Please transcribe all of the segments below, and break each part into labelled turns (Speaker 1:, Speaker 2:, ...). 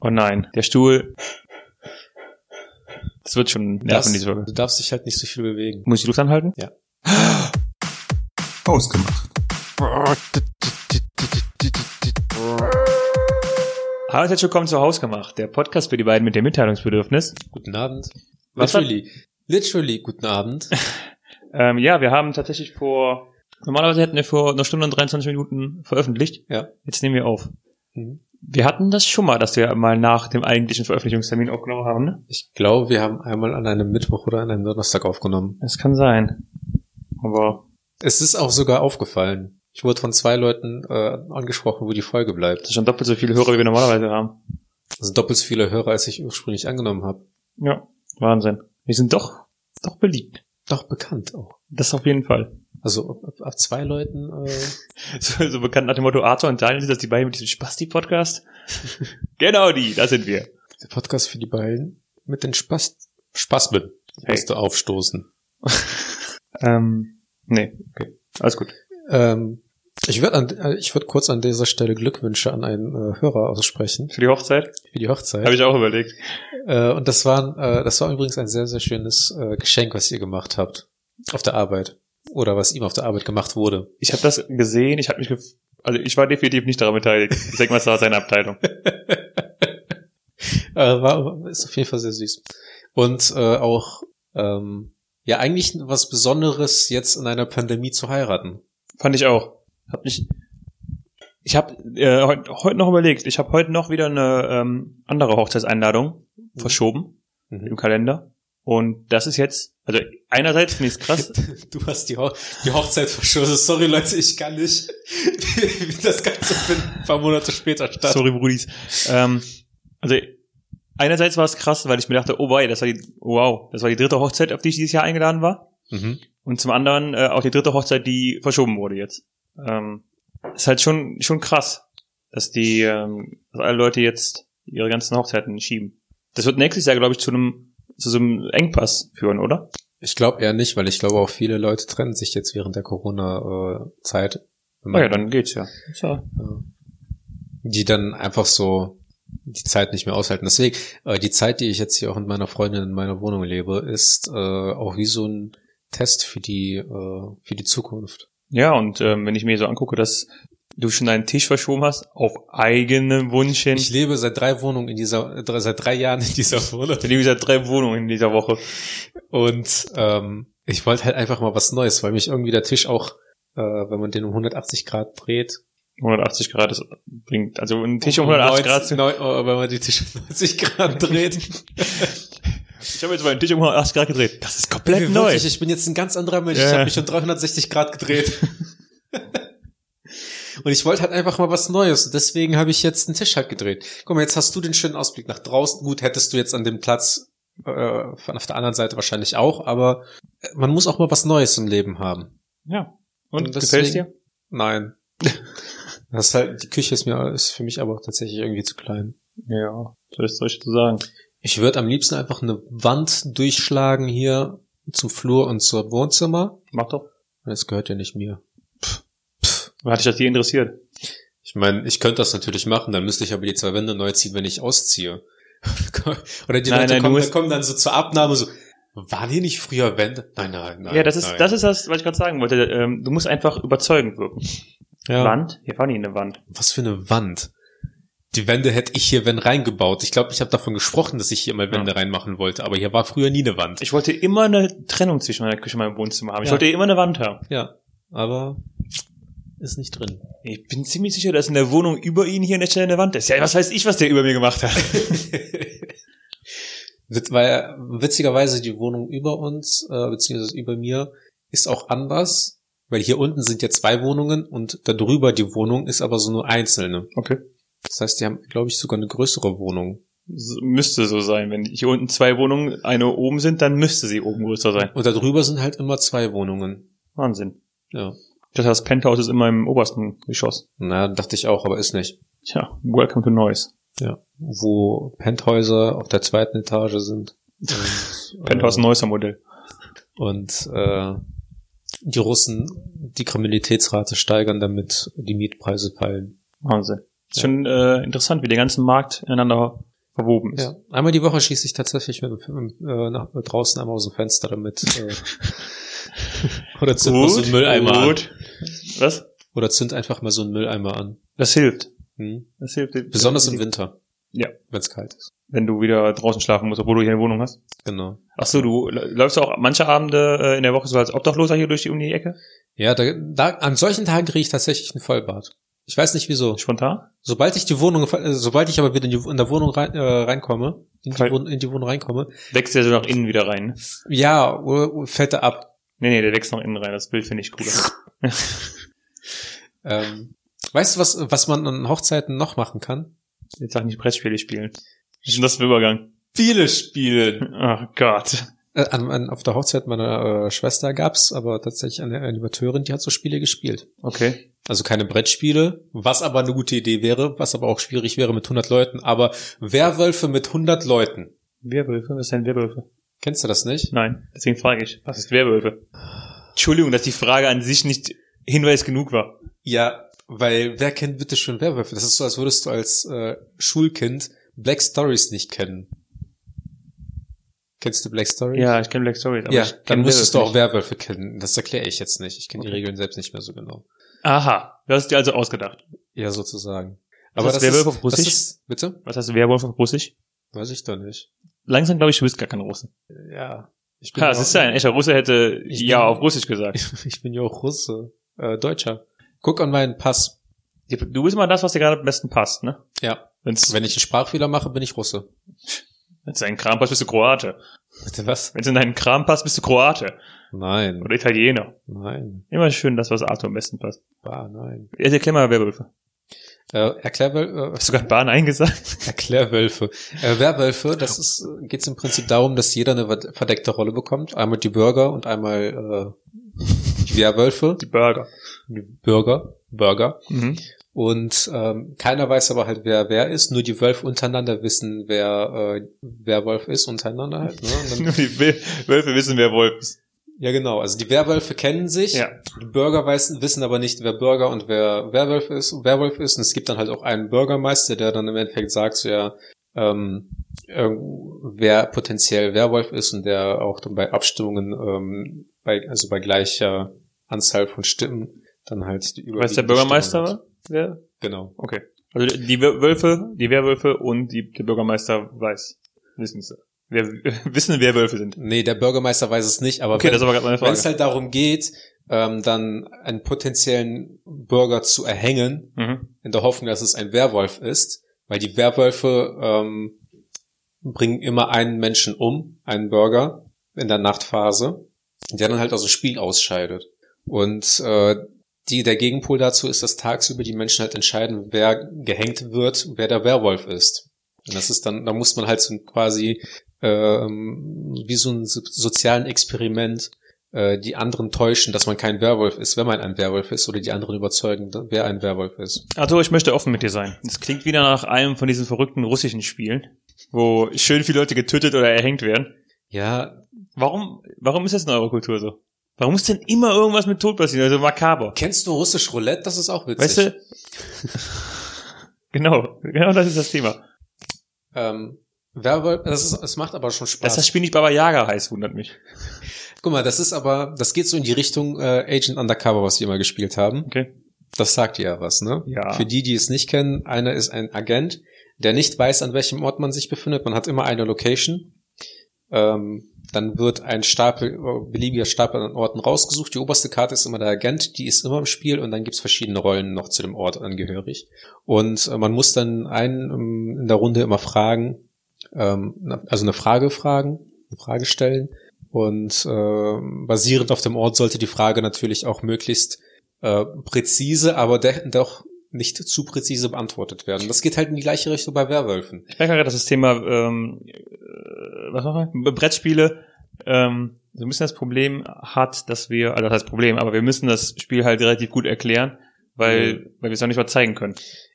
Speaker 1: Oh nein, der Stuhl. Das wird schon nerven, diese Folge.
Speaker 2: du darfst dich halt nicht so viel bewegen.
Speaker 1: Muss ich die Luft anhalten?
Speaker 2: Ja.
Speaker 3: Ausgemacht.
Speaker 1: Hallo und herzlich willkommen zu Hausgemacht, der Podcast für die beiden mit dem Mitteilungsbedürfnis.
Speaker 2: Guten Abend.
Speaker 1: Was
Speaker 2: literally. Literally, guten Abend.
Speaker 1: Ähm, ja, wir haben tatsächlich vor, normalerweise hätten wir vor einer Stunde und 23 Minuten veröffentlicht.
Speaker 2: Ja.
Speaker 1: Jetzt nehmen wir auf.
Speaker 2: Mhm.
Speaker 1: Wir hatten das schon mal, dass wir mal nach dem eigentlichen Veröffentlichungstermin aufgenommen haben, ne?
Speaker 2: Ich glaube, wir haben einmal an einem Mittwoch oder an einem Donnerstag aufgenommen.
Speaker 1: Das kann sein. Aber
Speaker 2: Es ist auch sogar aufgefallen. Ich wurde von zwei Leuten äh, angesprochen, wo die Folge
Speaker 1: das
Speaker 2: bleibt.
Speaker 1: sind schon doppelt so viele Hörer, wie wir normalerweise haben.
Speaker 2: Das sind doppelt so viele Hörer, als ich ursprünglich angenommen habe.
Speaker 1: Ja, Wahnsinn. Wir sind doch, doch beliebt.
Speaker 2: Doch bekannt auch.
Speaker 1: Das auf jeden Fall.
Speaker 2: Also ab, ab, ab zwei Leuten. Äh,
Speaker 1: So, so bekannt nach dem Motto Arthur und Daniel sind das die beiden mit diesem Spasti-Podcast. genau die, da sind wir.
Speaker 2: der Podcast für die beiden mit den Spaß Spasmen.
Speaker 1: Hey.
Speaker 2: Musste aufstoßen.
Speaker 1: Ähm, nee, okay. Alles gut.
Speaker 2: Ähm, ich würde ich würd kurz an dieser Stelle Glückwünsche an einen äh, Hörer aussprechen
Speaker 1: Für die Hochzeit
Speaker 2: für die Hochzeit.
Speaker 1: habe ich auch überlegt.
Speaker 2: Äh, und das waren, äh, das war übrigens ein sehr, sehr schönes äh, Geschenk, was ihr gemacht habt. Auf der Arbeit. Oder was ihm auf der Arbeit gemacht wurde.
Speaker 1: Ich habe das gesehen, ich habe mich gef also ich war definitiv nicht daran beteiligt. Ich denke mal, es war seine Abteilung.
Speaker 2: Äh, war, ist auf jeden Fall sehr süß. Und äh, auch, ähm, ja, eigentlich was Besonderes, jetzt in einer Pandemie zu heiraten.
Speaker 1: Fand ich auch. Hab mich ich habe äh, heute heut noch überlegt, ich habe heute noch wieder eine ähm, andere Hochzeitseinladung verschoben im Kalender. Und das ist jetzt, also einerseits finde ich krass,
Speaker 2: Du hast die, Ho die Hochzeit verschossen. Sorry, Leute, ich kann nicht. Wie das Ganze findet ein paar Monate später statt.
Speaker 1: Sorry, Brudis. Ähm, also einerseits war es krass, weil ich mir dachte, oh wei, das war die, wow, das war die dritte Hochzeit, auf die ich dieses Jahr eingeladen war.
Speaker 2: Mhm.
Speaker 1: Und zum anderen äh, auch die dritte Hochzeit, die verschoben wurde jetzt. Ähm, ist halt schon schon krass, dass die, ähm, dass alle Leute jetzt ihre ganzen Hochzeiten schieben. Das wird nächstes Jahr, glaube ich, zu einem zu so einem Engpass führen, oder?
Speaker 2: Ich glaube eher nicht, weil ich glaube auch viele Leute trennen sich jetzt während der Corona-Zeit.
Speaker 1: Na Oh ja, dann geht's ja. So.
Speaker 2: die dann einfach so die Zeit nicht mehr aushalten. Deswegen, äh, die Zeit, die ich jetzt hier auch mit meiner Freundin in meiner Wohnung lebe, ist äh, auch wie so ein Test für die, äh, für die Zukunft.
Speaker 1: Ja, und ähm, wenn ich mir so angucke, dass du schon deinen Tisch verschoben hast, auf eigenen Wunsch hin.
Speaker 2: Ich lebe seit drei Wohnungen in dieser, äh, drei- seit drei Jahren in dieser Wohnung
Speaker 1: Ich lebe seit drei Wohnungen in dieser Woche.
Speaker 2: und ähm, ich wollte halt einfach mal was Neues, weil mich irgendwie der Tisch auch, äh, wenn man den um 180 Grad dreht,
Speaker 1: 180 Grad ist, bringt, also ein Tisch um 180 Grad zu,
Speaker 2: 90 neu- äh, wenn man den Tisch um 90 Grad dreht,
Speaker 1: ich habe jetzt meinen Tisch um 180 Grad gedreht. Das ist komplett
Speaker 2: Wie
Speaker 1: neu.
Speaker 2: Wirklich, ich bin jetzt ein ganz anderer Mensch. Ich
Speaker 1: Ja.
Speaker 2: habe mich um 360 Grad gedreht. Und ich wollte halt einfach mal was Neues. Und deswegen habe ich jetzt den Tisch halt gedreht. Guck mal, jetzt hast du den schönen Ausblick nach draußen. Gut, hättest du jetzt an dem Platz äh, von auf der anderen Seite wahrscheinlich auch. Aber äh, man muss auch mal was Neues im Leben haben.
Speaker 1: Ja. Und,
Speaker 2: Und
Speaker 1: gefällt's
Speaker 2: deswegen-
Speaker 1: dir?
Speaker 2: Nein. Das ist halt, die Küche ist mir, ist für mich aber auch tatsächlich irgendwie zu klein.
Speaker 1: Ja. So ist euch zu sagen.
Speaker 2: Ich würde am liebsten einfach eine Wand durchschlagen hier zum Flur und zum Wohnzimmer.
Speaker 1: Mach doch.
Speaker 2: Das gehört ja nicht mir.
Speaker 1: Hat dich das hier interessiert?
Speaker 2: Ich meine, ich könnte das natürlich machen, dann müsste ich aber die zwei Wände neu ziehen, wenn ich ausziehe. Oder die
Speaker 1: Nein, nein, du
Speaker 2: Leute kommen, dann
Speaker 1: musst-
Speaker 2: kommen dann so zur Abnahme so, waren hier nicht früher Wände? Nein, nein, nein.
Speaker 1: ja, das ist,
Speaker 2: nein.
Speaker 1: das ist das, was ich gerade sagen wollte. Ähm, du musst einfach überzeugend wirken.
Speaker 2: ja.
Speaker 1: Wand? Hier war nie eine Wand.
Speaker 2: Was für eine Wand. Die Wände hätte ich hier, wenn reingebaut. Ich glaube, ich habe davon gesprochen, dass ich hier mal Wände reinmachen wollte, aber hier war früher nie eine Wand.
Speaker 1: Ich wollte immer eine Trennung zwischen meiner Küche und meinem Wohnzimmer haben. Ich
Speaker 2: Ja.
Speaker 1: wollte immer eine Wand haben.
Speaker 2: Ja, aber ist nicht drin.
Speaker 1: Ich bin ziemlich sicher, dass in der Wohnung über Ihnen hier in der Stelle eine Wand ist. Ja, was weiß ich, was der über mir gemacht hat?
Speaker 2: Witz- Weil witzigerweise die Wohnung über uns, äh, beziehungsweise über mir, ist auch anders, weil hier unten sind ja zwei Wohnungen und da drüber die Wohnung ist aber so nur einzelne.
Speaker 1: Okay.
Speaker 2: Das heißt, die haben, glaube ich, sogar eine größere Wohnung.
Speaker 1: S- müsste so sein. Wenn hier unten zwei Wohnungen, eine oben sind, dann müsste sie oben größer sein.
Speaker 2: Und da drüber sind halt immer zwei Wohnungen.
Speaker 1: Wahnsinn.
Speaker 2: Ja.
Speaker 1: Das heißt, Penthouse ist immer im obersten Geschoss.
Speaker 2: Na, dachte ich auch, aber ist nicht.
Speaker 1: Tja, welcome to noise.
Speaker 2: Ja. Wo Penthäuser auf der zweiten Etage sind. Und,
Speaker 1: Penthouse
Speaker 2: äh,
Speaker 1: neuester Modell.
Speaker 2: und äh, die Russen die Kriminalitätsrate steigern, damit die Mietpreise fallen.
Speaker 1: Wahnsinn. Ist schon äh, interessant, wie der ganze Markt ineinander verwoben ist.
Speaker 2: Ja, einmal die Woche schieße ich tatsächlich mit, dem- äh, nach draußen einmal aus dem Fenster damit. Äh, oder zünd mal so einen Mülleimer an.
Speaker 1: Was?
Speaker 2: Oder zünd einfach mal so einen Mülleimer an.
Speaker 1: Das hilft.
Speaker 2: Hm?
Speaker 1: Das hilft.
Speaker 2: Besonders im Winter.
Speaker 1: Ja.
Speaker 2: Wenn es kalt ist.
Speaker 1: Wenn du wieder draußen schlafen musst, obwohl du hier eine Wohnung hast.
Speaker 2: Genau.
Speaker 1: Ach so, du lä- läufst auch manche Abende äh, in der Woche so als Obdachloser hier durch die um die Ecke?
Speaker 2: Ja, da, da, an solchen Tagen kriege ich tatsächlich einen Vollbart. Ich weiß nicht wieso.
Speaker 1: Spontan?
Speaker 2: Sobald ich die Wohnung, äh, sobald ich aber wieder in, die, in der Wohnung rein, äh, reinkomme, in die,
Speaker 1: Fall-
Speaker 2: Wohn, in die Wohnung reinkomme,
Speaker 1: Wächst der so nach innen wieder rein.
Speaker 2: ja, äh, fällt er ab.
Speaker 1: Nee, nee, der wächst nach innen rein. Das Bild finde ich cooler.
Speaker 2: Ähm, weißt du, was, was man an Hochzeiten noch machen kann?
Speaker 1: Jetzt sag nicht Brettspiele spielen. Was ist denn das für ein Übergang?
Speaker 2: Spiele spielen.
Speaker 1: Ach Gott.
Speaker 2: Äh, an, an, auf der Hochzeit meiner äh, Schwester gab's aber tatsächlich eine Animateurin, die hat so Spiele gespielt.
Speaker 1: Okay.
Speaker 2: Also keine Brettspiele, was aber eine gute Idee wäre, was aber auch schwierig wäre mit 100 Leuten, aber Werwölfe mit 100 Leuten.
Speaker 1: Werwölfe? Was sind Werwölfe?
Speaker 2: Kennst du das nicht?
Speaker 1: Nein, deswegen frage ich. Was ist Werwölfe? Entschuldigung, dass die Frage an sich nicht Hinweis genug war.
Speaker 2: Ja, weil wer kennt bitte schon Werwölfe? Das ist so, als würdest du als äh, Schulkind Black Stories nicht kennen. Kennst du Black Stories?
Speaker 1: Ja, ich kenne Black Stories.
Speaker 2: Ja,
Speaker 1: ich
Speaker 2: dann
Speaker 1: kenn
Speaker 2: müsstest du
Speaker 1: Werwölfe
Speaker 2: auch Werwölfe kennen. Das erkläre ich jetzt nicht. Ich kenne die
Speaker 1: Okay.
Speaker 2: Regeln selbst nicht mehr so genau.
Speaker 1: nicht. Aha, du hast dir also ausgedacht.
Speaker 2: Ja, sozusagen.
Speaker 1: Was heißt Werwolf auf Russisch?
Speaker 2: Das ist, bitte?
Speaker 1: Was heißt Werwolf auf Russisch?
Speaker 2: Weiß ich doch nicht.
Speaker 1: Langsam glaube ich, du bist gar kein Russe.
Speaker 2: Ja. Ich
Speaker 1: Ha, das ist ja ein echter Russe hätte
Speaker 2: Ich
Speaker 1: ja
Speaker 2: bin-
Speaker 1: auf Russisch gesagt.
Speaker 2: Ich bin ja auch Russe. Äh, Deutscher. Guck an meinen Pass.
Speaker 1: Du bist immer das, was dir gerade am besten passt, ne?
Speaker 2: Ja.
Speaker 1: Wenn's,
Speaker 2: Wenn ich einen Sprachfehler mache, bin ich Russe.
Speaker 1: wenn's in deinen Kram passt, bist du Kroate.
Speaker 2: Bitte was?
Speaker 1: Wenn's in deinen Kram passt, bist du Kroate.
Speaker 2: Nein.
Speaker 1: Oder Italiener.
Speaker 2: Nein.
Speaker 1: Immer schön das, was Arthur am besten passt.
Speaker 2: Bah, nein.
Speaker 1: Jetzt erklär mal Werwölfe.
Speaker 2: Äh, Erklärwöl
Speaker 1: Hast du gerade Bahn eingesagt?
Speaker 2: äh, Erklärwölfe. Äh, Werwölfe, das ist, äh, geht's im Prinzip darum, dass jeder eine ver- verdeckte Rolle bekommt. Einmal die Bürger und einmal äh, die Werwölfe.
Speaker 1: Die Burger.
Speaker 2: Die Bürger. Bürger.
Speaker 1: Mhm.
Speaker 2: Und ähm, keiner weiß aber halt, wer wer ist. Nur die Wölfe untereinander wissen, wer äh, Werwolf ist untereinander halt. Ne? Und
Speaker 1: Nur
Speaker 2: dann,
Speaker 1: die Wel- Wölfe wissen, wer Wolf ist.
Speaker 2: ja, genau. Also die Werwölfe kennen sich.
Speaker 1: Ja.
Speaker 2: Die Bürger weiß, wissen aber nicht, wer Bürger und wer Werwolf ist. Werwolf ist. Und es gibt dann halt auch einen Bürgermeister, der dann im Endeffekt sagt, so, ja, ähm, äh, wer potenziell Werwolf ist und der auch dann bei Abstimmungen, ähm, bei, also bei gleicher Anzahl von Stimmen, dann halt die halt.
Speaker 1: Weiß der
Speaker 2: überwiegende
Speaker 1: Bürgermeister,
Speaker 2: Stimme hat.
Speaker 1: war? wer?
Speaker 2: Genau.
Speaker 1: Okay. Also die Wer- Wölfe, die Werwölfe und die, der Bürgermeister weiß. Wissen sie. Wer, wissen, wer Wölfe sind.
Speaker 2: Nee, der Bürgermeister weiß es nicht, aber
Speaker 1: Okay, das
Speaker 2: wenn
Speaker 1: war gerade meine
Speaker 2: wenn es
Speaker 1: Frage.
Speaker 2: halt darum geht, ähm, dann einen potenziellen Bürger zu erhängen,
Speaker 1: Mhm.
Speaker 2: in der Hoffnung, dass es ein Werwolf ist, weil die Werwölfe ähm, bringen immer einen Menschen um, einen Bürger, in der Nachtphase, der dann halt aus dem Spiel ausscheidet. Und äh, die, der Gegenpol dazu ist, dass tagsüber die Menschen halt entscheiden, wer gehängt wird, wer der Werwolf ist. Und das ist dann, da muss man halt so ein quasi ähm, wie so ein so- sozialen Experiment äh, die anderen täuschen, dass man kein Werwolf ist, wenn man ein Werwolf ist, oder die anderen überzeugen, wer ein Werwolf ist.
Speaker 1: Arthur, ich möchte offen mit dir sein. Das klingt wieder nach einem von diesen verrückten russischen Spielen, wo schön viele Leute getötet oder erhängt werden.
Speaker 2: Ja,
Speaker 1: Warum, warum ist das in eurer Kultur so? Warum muss denn immer irgendwas mit Tod passieren? Also makaber.
Speaker 2: kennst du russisch Roulette? Das ist auch witzig.
Speaker 1: Weißt du? genau, genau das ist das Thema.
Speaker 2: Ähm, Werwolf, das ist, es macht aber schon
Speaker 1: Dass
Speaker 2: Spaß.
Speaker 1: das Spiel nicht Baba Yaga heißt, wundert mich.
Speaker 2: Guck mal, das ist aber, das geht so in die Richtung äh, Agent Undercover, was wir mal gespielt haben.
Speaker 1: Okay.
Speaker 2: Das sagt dir ja was, ne?
Speaker 1: Ja.
Speaker 2: Für die, die es nicht kennen, einer ist ein Agent, der nicht weiß, an welchem Ort man sich befindet. Man hat immer eine Location. Ähm, dann wird ein Stapel, äh, beliebiger Stapel an Orten rausgesucht. Die oberste Karte ist immer der Agent, die ist immer im Spiel und dann gibt's verschiedene Rollen noch zu dem Ort angehörig. Und äh, man muss dann einen ähm, in der Runde immer fragen, ähm, na- also eine Frage fragen, eine Frage stellen. Und ähm, basierend auf dem Ort sollte die Frage natürlich auch möglichst äh, präzise, aber de- doch nicht zu präzise beantwortet werden. Das geht halt in die gleiche Richtung bei Werwölfen.
Speaker 1: Ich merke gerade, dass das Thema, ähm, äh, was noch? mal? Brettspiele, ähm, so ein bisschen das Problem hat, dass wir, also das heißt Problem, aber wir müssen das Spiel halt relativ gut erklären, weil, weil wir es auch nicht mal zeigen können.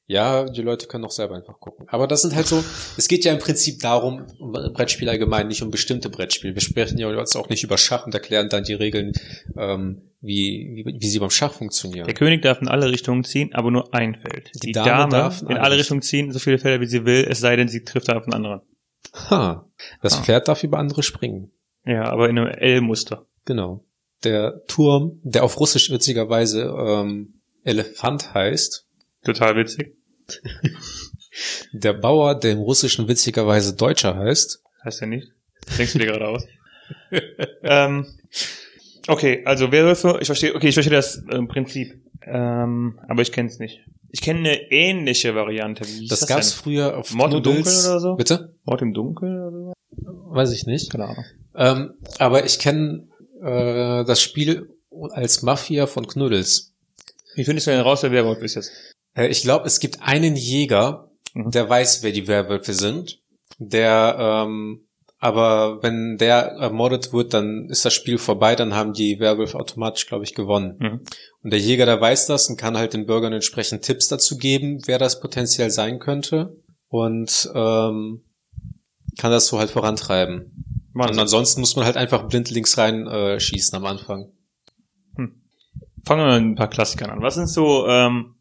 Speaker 2: Ja, die Leute können auch selber einfach gucken. Aber das sind halt so, es geht ja im Prinzip darum, um Brettspiel allgemein, nicht um bestimmte Brettspiele. Wir sprechen ja jetzt auch nicht über Schach und erklären dann die Regeln, ähm, wie, wie, wie sie beim Schach funktionieren.
Speaker 1: Der König darf in alle Richtungen ziehen, aber nur ein Feld.
Speaker 2: Die
Speaker 1: Die,
Speaker 2: Dame
Speaker 1: Dame,
Speaker 2: darf in
Speaker 1: in
Speaker 2: alle
Speaker 1: alle Richtungen ziehen, so viele Felder wie sie will, es sei denn, sie trifft auf einen anderen.
Speaker 2: Ha, das
Speaker 1: Ah.
Speaker 2: Pferd darf über andere springen.
Speaker 1: Ja, aber in einem L-Muster.
Speaker 2: Genau. Der Turm, der auf Russisch witzigerweise ähm, Elefant heißt,
Speaker 1: Total witzig.
Speaker 2: der Bauer, der im Russischen witzigerweise Deutscher heißt.
Speaker 1: Heißt ja nicht. Denkst du dir gerade aus? ähm, okay, also Werwölfe, ich verstehe, okay, ich verstehe das ähm, Prinzip. Ähm, aber ich kenne es nicht. Ich kenne eine ähnliche Variante. Wie hieß
Speaker 2: Das,
Speaker 1: das
Speaker 2: gab's
Speaker 1: denn?
Speaker 2: früher auf
Speaker 1: Mord im
Speaker 2: Knuddels.
Speaker 1: Dunkeln oder so?
Speaker 2: Bitte?
Speaker 1: Mord im Dunkeln oder so?
Speaker 2: Weiß ich nicht.
Speaker 1: Keine Ahnung.
Speaker 2: Ähm, aber ich kenne äh, das Spiel als Mafia von Knuddels.
Speaker 1: Wie findest du denn raus, wer Werwolf ist jetzt?
Speaker 2: Äh, ich glaube, es gibt einen Jäger,
Speaker 1: Mhm.
Speaker 2: der weiß, wer die Werwölfe sind. Der, ähm, aber wenn der ermordet wird, dann ist das Spiel vorbei, dann haben die Werwölfe automatisch, glaube ich, gewonnen.
Speaker 1: Mhm.
Speaker 2: Und der Jäger, der weiß das und kann halt den Bürgern entsprechend Tipps dazu geben, wer das potenziell sein könnte. Und ähm, kann das so halt vorantreiben. Und
Speaker 1: Wahnsinn.
Speaker 2: ansonsten muss man halt einfach blind links rein äh, schießen am Anfang.
Speaker 1: Fangen wir mal mit ein paar Klassikern an. Was sind so, ähm,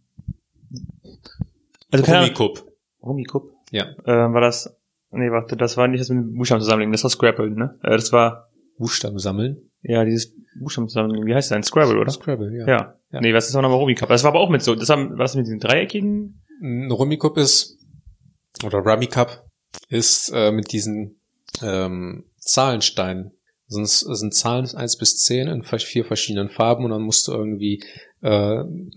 Speaker 1: also keine Ahnung-
Speaker 2: Gummikupp.
Speaker 1: Rummikub?
Speaker 2: Ja.
Speaker 1: Äh, war das, nee, warte, das war nicht das mit dem Buchstaben zusammenlegen, das war Scrabble, ne? Äh, das war,
Speaker 2: Buchstaben sammeln.
Speaker 1: ja, dieses Buchstaben zusammenlegen, wie heißt das denn? Scrabble, oder?
Speaker 2: Scrabble, ja.
Speaker 1: Ja.
Speaker 2: Ja.
Speaker 1: Nee, was ist auch nochmal Rummikub? Das war aber auch mit so, das haben, war das mit diesen dreieckigen?
Speaker 2: Ein Rummikupp ist, oder Rummy Cup, ist äh, mit diesen ähm, Zahlensteinen. Sind, sind Zahlen 1 bis 10 in vers- vier verschiedenen Farben und dann musst du irgendwie äh,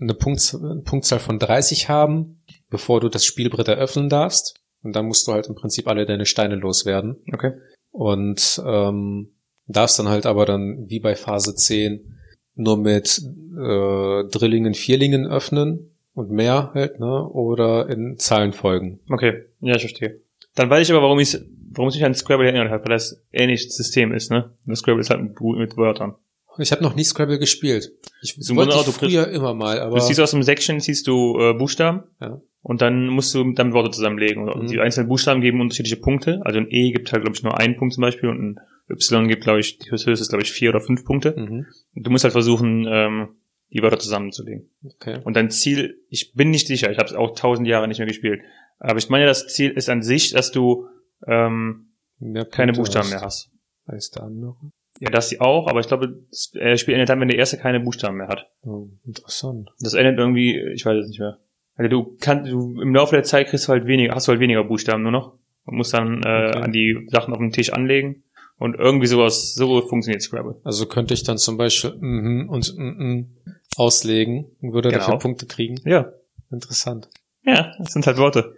Speaker 2: eine Punkt, eine Punktzahl von 30 haben, bevor du das Spielbrett eröffnen darfst. Und dann musst du halt im Prinzip alle deine Steine loswerden.
Speaker 1: Okay.
Speaker 2: und ähm, darfst dann halt aber dann wie bei Phase 10 nur mit äh, Drillingen, Vierlingen öffnen und mehr halt, ne? Oder in Zahlenfolgen.
Speaker 1: Okay. Ja, ich verstehe. Dann weiß ich aber, warum ich, warum ich mich an Scrabble erinnert habe, weil das ähnlich das System ist, ne? Und das Scrabble ist halt mit, Bu- mit Wörtern.
Speaker 2: Ich habe noch nie Scrabble gespielt. Ich
Speaker 1: Ist im
Speaker 2: wollte
Speaker 1: Grunde auch, du kriegst-
Speaker 2: früher immer mal, aber
Speaker 1: du ziehst aus dem Section, ziehst du äh, Buchstaben
Speaker 2: Ja.
Speaker 1: und dann musst du dann Worte zusammenlegen. Und
Speaker 2: Mhm.
Speaker 1: die einzelnen Buchstaben geben unterschiedliche Punkte. Also ein E gibt halt, glaube ich, nur einen Punkt zum Beispiel und ein Y gibt, glaube ich, die höchste ist, glaube ich, vier oder fünf Punkte.
Speaker 2: mhm.
Speaker 1: Und du musst halt versuchen, ähm, die Wörter zusammenzulegen.
Speaker 2: okay.
Speaker 1: Und dein Ziel, ich bin nicht sicher, ich habe es auch tausend Jahre nicht mehr gespielt, aber ich meine, das Ziel ist an sich, dass du ähm,
Speaker 2: Mehr
Speaker 1: keine
Speaker 2: Punkte
Speaker 1: Buchstaben
Speaker 2: hast
Speaker 1: mehr hast.
Speaker 2: Als der andere.
Speaker 1: Ja, das sie auch, aber ich glaube, das äh, Spiel endet dann, wenn der erste keine Buchstaben mehr hat.
Speaker 2: Oh, interessant.
Speaker 1: Das endet irgendwie, ich weiß es nicht mehr. Also du kannst, du im Laufe der Zeit kriegst du halt weniger, hast du halt weniger Buchstaben nur noch und musst dann äh,
Speaker 2: Okay.
Speaker 1: an die Sachen auf dem Tisch anlegen und irgendwie sowas, so funktioniert Scrabble.
Speaker 2: Also könnte ich dann zum Beispiel mhm und mhm auslegen und würde
Speaker 1: Genau.
Speaker 2: dafür Punkte kriegen.
Speaker 1: Ja,
Speaker 2: Interessant.
Speaker 1: ja, das sind halt Worte.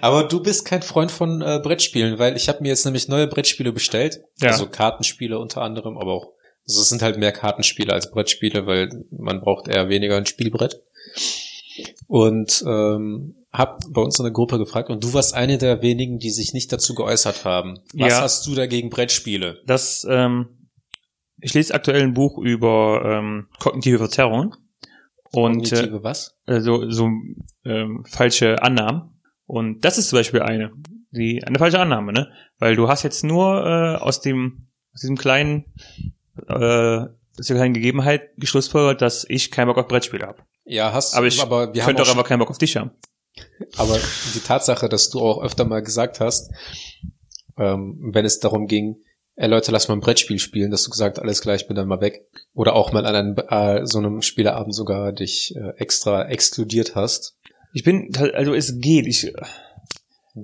Speaker 2: Aber du bist kein Freund von äh, Brettspielen, weil ich habe mir jetzt nämlich neue Brettspiele bestellt.
Speaker 1: Ja.
Speaker 2: Also Kartenspiele unter anderem, aber auch. Also es sind halt mehr Kartenspiele als Brettspiele, weil man braucht eher weniger ein Spielbrett. Und ähm, hab bei uns in der Gruppe gefragt und du warst eine der wenigen, die sich nicht dazu geäußert haben. Was
Speaker 1: Ja.
Speaker 2: hast du dagegen Brettspiele?
Speaker 1: Das, ähm, ich lese aktuell ein Buch über ähm, kognitive Verzerrungen und äh,
Speaker 2: Kognitive was?
Speaker 1: äh, so, so ähm, falsche Annahmen. Und das ist zum Beispiel eine, die, eine falsche Annahme, ne? Weil du hast jetzt nur äh, aus dem, aus diesem kleinen, äh, aus der kleinen Gegebenheit geschlussfolgert, dass ich keinen Bock auf Brettspiele habe.
Speaker 2: Ja, hast
Speaker 1: Aber ich
Speaker 2: aber wir haben
Speaker 1: Könnte
Speaker 2: auch
Speaker 1: auch aber keinen Bock auf dich haben.
Speaker 2: Aber die Tatsache, dass du auch öfter mal gesagt hast, ähm, wenn es darum ging, ey Leute, lass mal ein Brettspiel spielen, dass du gesagt, alles klar, ich bin dann mal weg. Oder auch mal an einem, äh, so einem Spieleabend sogar dich äh, extra exkludiert hast.
Speaker 1: Ich bin, also es geht. Ich,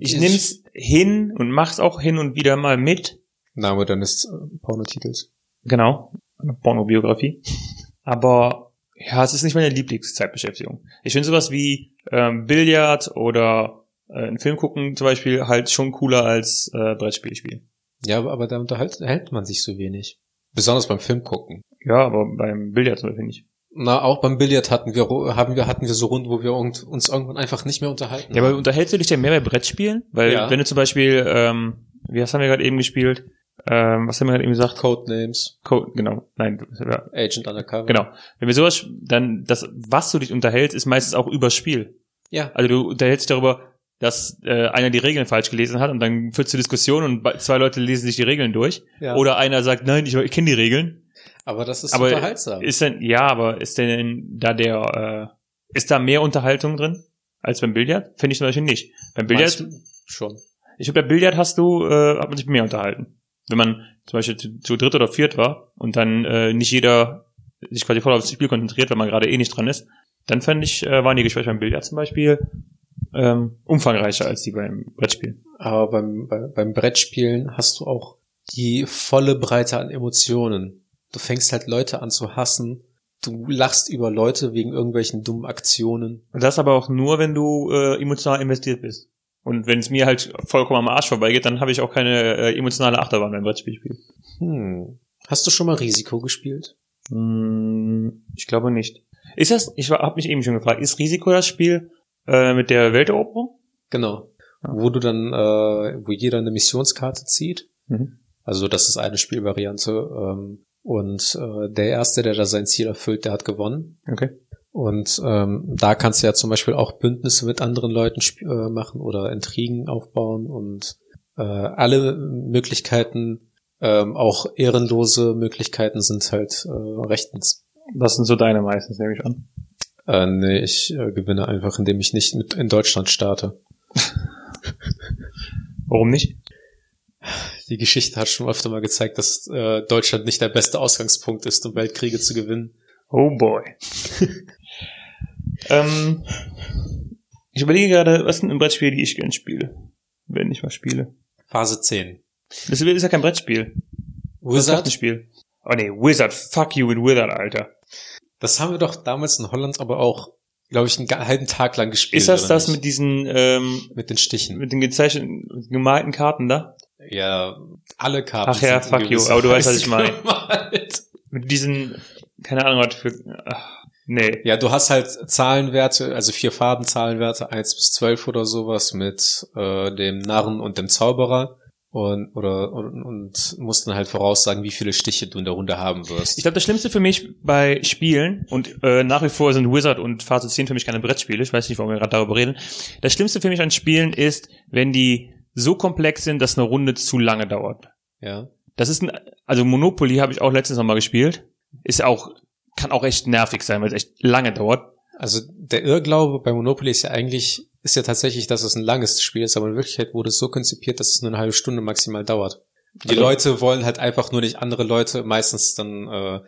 Speaker 1: ich nehm's hin und mach's auch hin und wieder mal mit.
Speaker 2: Name deines äh, Pornotitels.
Speaker 1: Genau. Pornobiografie. Aber ja, es ist nicht meine Lieblingszeitbeschäftigung. Ich finde sowas wie ähm, Billard oder äh, einen Film gucken zum Beispiel halt schon cooler als äh, Brettspiel spielen.
Speaker 2: Ja, aber, aber da unterhält hält man sich so wenig. Besonders beim Film gucken.
Speaker 1: Ja, aber beim Billard zum Beispiel nicht.
Speaker 2: Na, auch beim Billard hatten wir, ru- haben wir, hatten wir so Runden, wo wir irgend- uns irgendwann einfach nicht mehr unterhalten.
Speaker 1: Ja, aber
Speaker 2: haben.
Speaker 1: unterhältst du dich denn mehr bei Brettspielen? Weil
Speaker 2: Ja.
Speaker 1: wenn du zum Beispiel, ähm, wie was haben wir gerade eben gespielt? ähm, was haben wir gerade eben gesagt?
Speaker 2: Codenames,
Speaker 1: Code, genau. Nein, ja,
Speaker 2: Agent Undercover.
Speaker 1: genau. Wenn wir sowas, dann das, was du dich unterhältst, ist meistens auch übers Spiel.
Speaker 2: Ja.
Speaker 1: Also du unterhältst dich darüber, dass äh, einer die Regeln falsch gelesen hat und dann führst du Diskussionen und be- zwei Leute lesen sich die Regeln durch.
Speaker 2: ja.
Speaker 1: Oder einer sagt, nein, ich, ich kenne die Regeln.
Speaker 2: aber das ist
Speaker 1: aber
Speaker 2: unterhaltsam.
Speaker 1: Ist denn, ja, aber ist denn da der, äh, ist da mehr Unterhaltung drin als beim Billard? Finde ich zum Beispiel nicht. Beim Billard
Speaker 2: Meinst du? schon.
Speaker 1: Ich glaube, bei Billard hast du, äh, hat man sich mehr unterhalten. Wenn man zum Beispiel zu, zu dritt oder viert war und dann äh, nicht jeder sich quasi voll aufs Spiel konzentriert, weil man gerade eh nicht dran ist, dann fand ich, äh, waren die Gespräche beim Billard zum Beispiel ähm, umfangreicher als die beim Brettspiel.
Speaker 2: Aber beim, bei, beim Brettspielen hast du auch die volle Breite an Emotionen. Du fängst halt Leute an zu hassen. Du lachst über Leute wegen irgendwelchen dummen Aktionen.
Speaker 1: Und das aber auch nur, wenn du äh, emotional investiert bist. Und wenn es mir halt vollkommen am Arsch vorbeigeht, dann habe ich auch keine äh, emotionale Achterbahn beim Brettspielspiel.
Speaker 2: Hm. Hast du schon mal Risiko gespielt?
Speaker 1: Hm, ich glaube nicht. Ist das, ich habe mich eben schon gefragt, ist Risiko das Spiel äh, mit der Welteroberung?
Speaker 2: Genau.
Speaker 1: Ja.
Speaker 2: Wo du dann, äh, wo jeder eine Missionskarte zieht.
Speaker 1: Mhm.
Speaker 2: Also das ist eine Spielvariante. Ähm, und äh, der Erste, der da sein Ziel erfüllt, der hat gewonnen.
Speaker 1: Okay.
Speaker 2: Und ähm, da kannst du ja zum Beispiel auch Bündnisse mit anderen Leuten sp- äh, machen oder Intrigen aufbauen und äh, alle Möglichkeiten, ähm, auch ehrenlose Möglichkeiten sind halt äh, rechtens.
Speaker 1: Das sind so deine meistens, nehme ich an.
Speaker 2: Äh, nee, ich äh, gewinne einfach, indem ich nicht mit in Deutschland starte.
Speaker 1: Warum nicht?
Speaker 2: Die Geschichte hat schon öfter mal gezeigt, dass äh, Deutschland nicht der beste Ausgangspunkt ist, um Weltkriege zu gewinnen.
Speaker 1: Oh boy. ähm, ich überlege gerade, was sind ein Brettspiel, die ich gern spiele, wenn ich mal spiele.
Speaker 2: Phase 10.
Speaker 1: Das ist ja kein Brettspiel. Das ist ein
Speaker 2: Wizard,
Speaker 1: Spiel. Oh nee, Wizard, fuck you with Wizard, Alter.
Speaker 2: das haben wir doch damals in Holland aber auch, glaube ich, einen ga- halben Tag lang gespielt.
Speaker 1: Ist das
Speaker 2: oder
Speaker 1: das
Speaker 2: nicht?
Speaker 1: mit diesen, ähm,
Speaker 2: mit den Stichen?
Speaker 1: mit den gezeichneten, gemalten Karten da?
Speaker 2: Ja, alle Karten.
Speaker 1: Ach ja,
Speaker 2: sind
Speaker 1: fuck
Speaker 2: in
Speaker 1: you,
Speaker 2: gewisser
Speaker 1: aber du weißt, was ich
Speaker 2: Weise
Speaker 1: meine.
Speaker 2: gemalt.
Speaker 1: Mit diesen, keine Ahnung, was für, ach, nee.
Speaker 2: Ja, du hast halt Zahlenwerte, also vier Farben Zahlenwerte, 1 bis 12 oder sowas mit äh, dem Narren und dem Zauberer und oder und, und musst dann halt voraussagen, wie viele Stiche du in der Runde haben wirst.
Speaker 1: Ich glaube, das Schlimmste für mich bei Spielen, und äh, nach wie vor sind Wizard und Phase 10 für mich keine Brettspiele, ich weiß nicht, warum wir gerade darüber reden. Das Schlimmste für mich an Spielen ist, wenn die so komplex sind, dass eine Runde zu lange dauert.
Speaker 2: ja.
Speaker 1: Das ist ein, also Monopoly habe ich auch letztens nochmal gespielt. Ist auch, kann auch echt nervig sein, weil es echt lange dauert.
Speaker 2: Also der Irrglaube bei Monopoly ist ja eigentlich, ist ja tatsächlich, dass es ein langes Spiel ist, aber in Wirklichkeit wurde es so konzipiert, dass es nur eine halbe Stunde maximal dauert. Die
Speaker 1: Also-
Speaker 2: Leute wollen halt einfach nur nicht andere Leute meistens dann äh,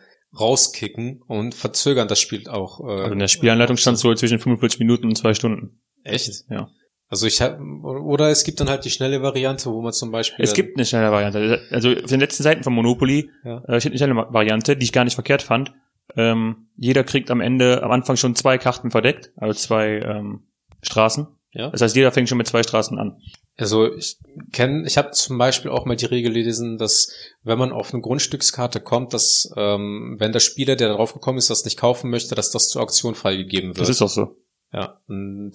Speaker 2: rauskicken und verzögern das Spiel auch. Äh,
Speaker 1: Also in der Spielanleitung stand so zwischen 45 Minuten und zwei Stunden.
Speaker 2: Echt?
Speaker 1: Ja.
Speaker 2: Also ich habe oder es gibt dann halt die schnelle Variante, wo man zum Beispiel
Speaker 1: Es
Speaker 2: dann-
Speaker 1: gibt eine schnelle Variante. Also auf den letzten Seiten von Monopoly
Speaker 2: Ja.
Speaker 1: äh, steht eine schnelle Variante, die ich gar nicht verkehrt fand. Ähm, jeder kriegt am Ende, am Anfang schon zwei Karten verdeckt, also zwei ähm, Straßen.
Speaker 2: ja.
Speaker 1: Das heißt, jeder fängt schon mit zwei Straßen an.
Speaker 2: Also ich kenne, ich habe zum Beispiel auch mal die Regel gelesen, dass wenn man auf eine Grundstückskarte kommt, dass ähm, wenn der Spieler, der darauf gekommen ist, das nicht kaufen möchte, dass das zur Auktion freigegeben wird.
Speaker 1: Das ist auch so.
Speaker 2: ja und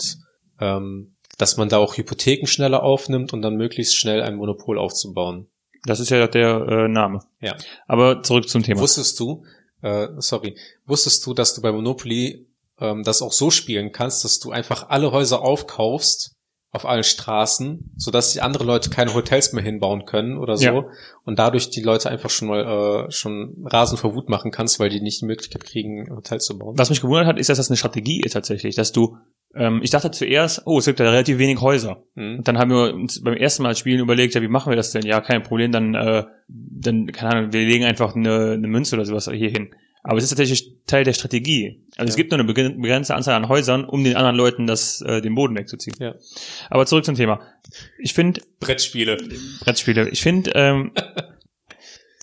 Speaker 2: ähm, dass man da auch Hypotheken schneller aufnimmt und dann möglichst schnell ein Monopol aufzubauen.
Speaker 1: Das ist ja der äh, Name.
Speaker 2: Ja.
Speaker 1: Aber zurück zum Thema.
Speaker 2: Wusstest du, äh, sorry, wusstest du, dass du bei Monopoly ähm, das auch so spielen kannst, dass du einfach alle Häuser aufkaufst auf allen Straßen, sodass die andere Leute keine Hotels mehr hinbauen können oder so
Speaker 1: Ja.
Speaker 2: und dadurch die Leute einfach schon mal äh, schon Rasen vor Wut machen kannst, weil die nicht die Möglichkeit kriegen, ein Hotel zu bauen.
Speaker 1: Was mich gewundert hat, ist, dass das eine Strategie ist tatsächlich, dass du, ähm, ich dachte zuerst, oh, es gibt ja relativ wenig Häuser.
Speaker 2: Mhm.
Speaker 1: Und dann haben wir uns beim ersten Mal spielen überlegt, ja, wie machen wir das denn? Ja, kein Problem, dann, äh, dann keine Ahnung, wir legen einfach eine, eine Münze oder sowas hier hin. Aber es ist tatsächlich Teil der Strategie. Also es
Speaker 2: Ja.
Speaker 1: gibt nur eine begren- begrenzte Anzahl an Häusern, um den anderen Leuten das, äh, den Boden wegzuziehen.
Speaker 2: Ja.
Speaker 1: Aber zurück zum Thema. Ich finde,
Speaker 2: Brettspiele.
Speaker 1: Brettspiele, ich finde, ähm,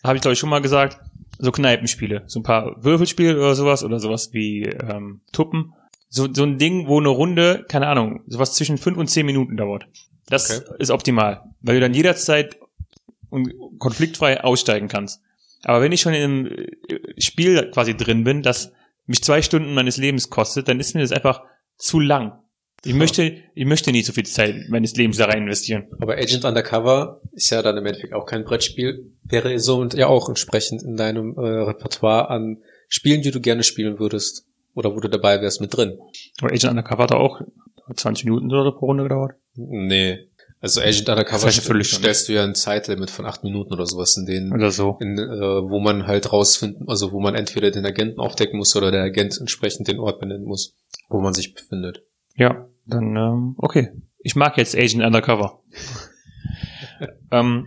Speaker 1: habe ich glaube ich schon mal gesagt, so Kneipenspiele, so ein paar Würfelspiele oder sowas oder sowas wie ähm, Tuppen. So, so ein Ding, wo eine Runde, keine Ahnung, sowas zwischen fünf und zehn Minuten dauert. Das
Speaker 2: Okay.
Speaker 1: ist optimal, weil du dann jederzeit und konfliktfrei aussteigen kannst. Aber wenn ich schon im äh, Spiel quasi drin bin, das mich zwei Stunden meines Lebens kostet, dann ist mir das einfach zu lang. Ich möchte, ich möchte nicht so viel Zeit meines Lebens da rein investieren.
Speaker 2: Aber Agent Undercover ist ja dann im Endeffekt auch kein Brettspiel, wäre somit ja auch entsprechend in deinem äh, Repertoire an Spielen, die du gerne spielen würdest oder wo du dabei wärst, mit drin.
Speaker 1: Aber Agent Undercover hat auch 20 Minuten oder so pro Runde gedauert.
Speaker 2: Nee. Also Agent Undercover
Speaker 1: Das heißt, völlig schon.
Speaker 2: stellst du ja ein Zeitlimit von acht Minuten oder sowas, in denen
Speaker 1: Oder Also so.
Speaker 2: in, äh, wo man halt rausfinden, also wo man entweder den Agenten aufdecken muss oder der Agent entsprechend den Ort benennen muss, wo man sich befindet.
Speaker 1: Ja, dann, ähm, okay. Ich mag jetzt Agent Undercover. ähm,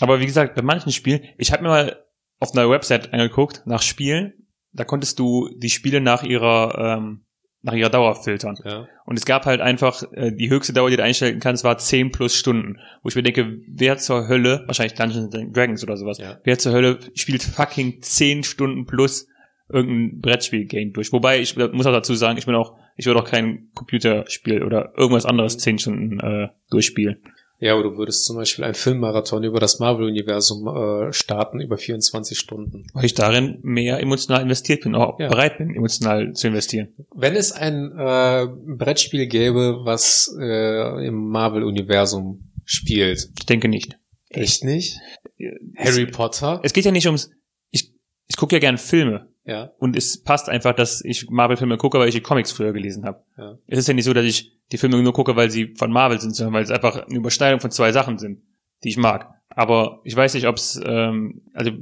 Speaker 1: aber wie gesagt, bei manchen Spielen, ich habe mir mal auf einer Website angeguckt nach Spielen, da konntest du die Spiele nach ihrer, ähm, nach ihrer Dauer filtern.
Speaker 2: Ja.
Speaker 1: Und es gab halt einfach, äh, die höchste Dauer, die du einstellen kannst, war 10 plus Stunden. Wo ich mir denke, wer zur Hölle, wahrscheinlich Dungeons and Dragons oder sowas,
Speaker 2: Ja.
Speaker 1: wer zur Hölle spielt fucking 10 Stunden plus irgendein Brettspiel-Game durch. Wobei, ich muss auch dazu sagen, ich bin auch, ich würde auch kein Computerspiel oder irgendwas anderes 10 Stunden äh, durchspielen.
Speaker 2: ja, aber du würdest zum Beispiel einen Filmmarathon über das Marvel-Universum äh, starten über 24 Stunden.
Speaker 1: Weil ich darin mehr emotional investiert bin, auch
Speaker 2: Ja.
Speaker 1: bereit bin, emotional zu investieren.
Speaker 2: Wenn es ein äh, Brettspiel gäbe, was äh, im Marvel-Universum spielt.
Speaker 1: Ich denke nicht.
Speaker 2: Echt nicht?
Speaker 1: Harry
Speaker 2: Harry Potter?
Speaker 1: Es geht ja nicht ums, ich, ich gucke ja gern Filme.
Speaker 2: ja.
Speaker 1: Und es passt einfach, dass ich Marvel-Filme gucke, weil ich die Comics früher gelesen habe.
Speaker 2: Ja.
Speaker 1: Es ist ja nicht so, dass ich die Filme nur gucke, weil sie von Marvel sind, sondern weil es einfach eine Überschneidung von zwei Sachen sind, die ich mag. Aber ich weiß nicht, ob es, ähm, also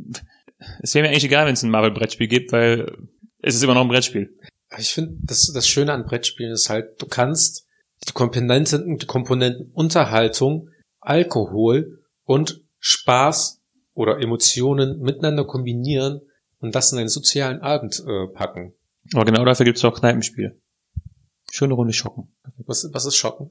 Speaker 1: es wäre mir eigentlich egal, wenn es ein Marvel-Brettspiel gibt, weil es ist immer noch ein Brettspiel.
Speaker 2: Ich finde, das, das Schöne an Brettspielen ist halt, du kannst die Komponenten, die Komponenten Unterhaltung, Alkohol und Spaß oder Emotionen miteinander kombinieren und das in einen sozialen Abend äh, packen.
Speaker 1: Aber genau dafür gibt es auch Kneipenspiele. Schöne Runde Schocken.
Speaker 2: Was, was ist Schocken?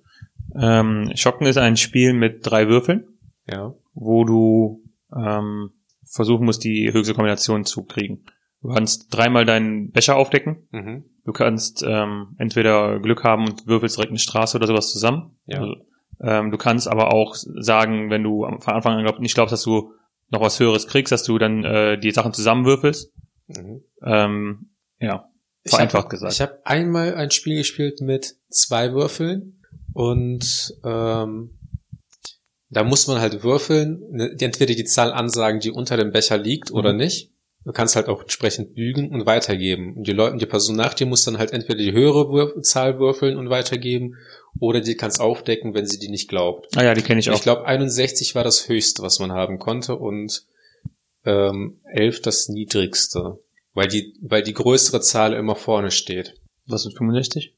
Speaker 1: Ähm, Schocken ist ein Spiel mit drei Würfeln,
Speaker 2: Ja.
Speaker 1: wo du ähm, versuchen musst, die höchste Kombination zu kriegen. Du kannst dreimal deinen Becher aufdecken.
Speaker 2: Mhm.
Speaker 1: Du kannst ähm, entweder Glück haben und würfelst direkt eine Straße oder sowas zusammen.
Speaker 2: Ja.
Speaker 1: Also, ähm, du kannst aber auch sagen, wenn du am- von Anfang an glaub, nicht glaubst, dass du noch was Höheres kriegst, dass du dann äh, die Sachen zusammenwürfelst.
Speaker 2: Mhm.
Speaker 1: Ähm, ja, vereinfacht gesagt.
Speaker 2: Ich habe einmal ein Spiel gespielt mit zwei Würfeln und ähm, da muss man halt würfeln, ne, die- entweder die Zahl ansagen, die unter dem Becher liegt oder
Speaker 1: Mhm.
Speaker 2: nicht. Du kannst halt auch entsprechend bügen und weitergeben. Und die Leute, die Person nach dir muss dann halt entweder die höhere Würf Zahl würfeln und weitergeben oder die kannst aufdecken, wenn sie die nicht glaubt.
Speaker 1: ah ja, die kenne ich
Speaker 2: Ich,
Speaker 1: auch.
Speaker 2: glaube, 61 war das höchste, was man haben konnte und ähm, 11 das niedrigste, weil die, weil die größere Zahl immer vorne steht.
Speaker 1: was sind 65?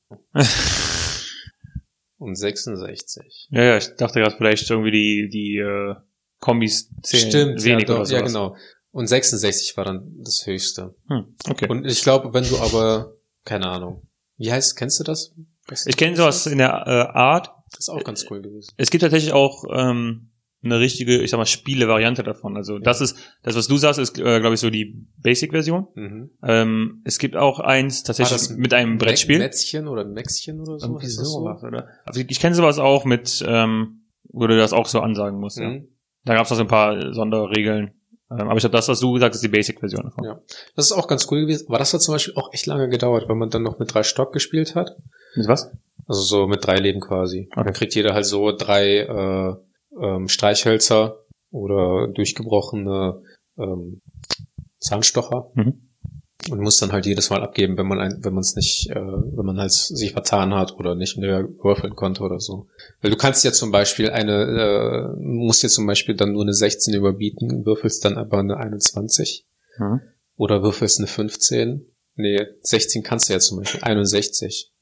Speaker 2: Und 66.
Speaker 1: Ja, ja, ich dachte gerade vielleicht irgendwie die, die äh, Kombis zählen wenig
Speaker 2: ja, doch,
Speaker 1: oder sowas.
Speaker 2: ja genau. Und 66 war dann das höchste.
Speaker 1: Hm, okay.
Speaker 2: genau. Und ich glaube, wenn du aber, keine Ahnung. Wie heißt, kennst du das? das
Speaker 1: ich kenne sowas in der äh, Art.
Speaker 2: Das ist auch ganz cool gewesen.
Speaker 1: Es gibt tatsächlich auch ähm, eine richtige, ich sag mal, Spiele-Variante davon. Also das ist, das, was du sagst, ist, äh, glaube ich, so die Basic-Version.
Speaker 2: Mhm.
Speaker 1: Ähm, es gibt auch eins tatsächlich
Speaker 2: War das
Speaker 1: mit einem Brettspiel.
Speaker 2: Mätzchen oder Mäxchen oder so.
Speaker 1: Irgendwie
Speaker 2: heißt das
Speaker 1: sowas, oder? Also ich kenne sowas auch mit, ähm, wo du das auch so ansagen musst. Ja.
Speaker 2: Mhm.
Speaker 1: Da gab es noch so ein paar Sonderregeln. Ähm, aber ich glaube, das, was du gesagt hast, ist die Basic-Version davon.
Speaker 2: Ja. Das ist auch ganz cool gewesen. Aber das hat zum Beispiel auch echt lange gedauert, weil man dann noch mit drei Stock gespielt hat.
Speaker 1: Mit was?
Speaker 2: Also so mit drei Leben quasi.
Speaker 1: Okay.
Speaker 2: Dann kriegt jeder halt so drei äh, ähm, Streichhölzer oder durchgebrochene ähm, Zahnstocher
Speaker 1: Mhm.
Speaker 2: und muss dann halt jedes Mal abgeben, wenn man ein, wenn man es nicht, äh, wenn man halt sich vertan hat oder nicht mehr würfeln konnte oder so. Weil du kannst ja zum Beispiel eine, äh, musst dir zum Beispiel dann nur eine 16 überbieten, würfelst dann aber eine 21
Speaker 1: Mhm.
Speaker 2: oder würfelst eine 15. Nee, 16 kannst du ja zum Beispiel, 61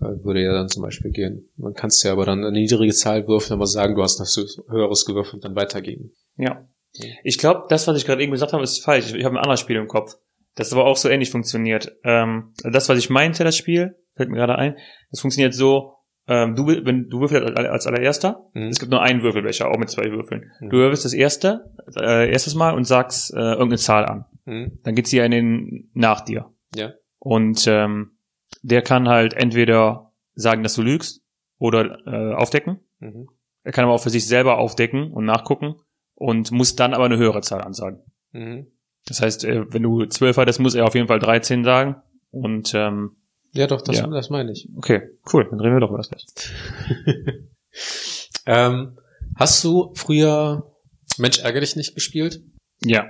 Speaker 2: äh, würde ja dann zum Beispiel gehen. Man kannst ja aber dann eine niedrige Zahl würfeln, aber sagen, du hast noch so höheres gewürfelt und dann weitergeben.
Speaker 1: Ja. Ich glaube, das, was ich gerade eben gesagt habe, ist falsch. Ich, ich habe ein anderes Spiel im Kopf, das aber auch so ähnlich funktioniert. Ähm, das, was ich meinte, das Spiel, fällt mir gerade ein, das funktioniert so, ähm, du, wi- wenn du würfelst als, als allererster,
Speaker 2: Mhm.
Speaker 1: es gibt nur einen Würfelbecher, auch mit zwei Würfeln.
Speaker 2: Mhm.
Speaker 1: Du würfelst das erste, äh, erstes Mal und sagst äh, irgendeine Zahl an.
Speaker 2: Mhm.
Speaker 1: Dann geht sie an den nach dir.
Speaker 2: Ja.
Speaker 1: Und ähm, der kann halt entweder sagen, dass du lügst oder äh, aufdecken.
Speaker 2: Mhm.
Speaker 1: Er kann aber auch für sich selber aufdecken und nachgucken und muss dann aber eine höhere Zahl ansagen.
Speaker 2: Mhm.
Speaker 1: Das heißt, äh, wenn du 12 hattest, muss er auf jeden Fall 13 sagen. Und ähm,
Speaker 2: Ja, doch, das,
Speaker 1: Ja.
Speaker 2: das meine ich.
Speaker 1: Okay, cool. Dann reden wir doch über das gleich.
Speaker 2: Ähm, hast du früher Mensch ärger dich nicht gespielt?
Speaker 1: Ja.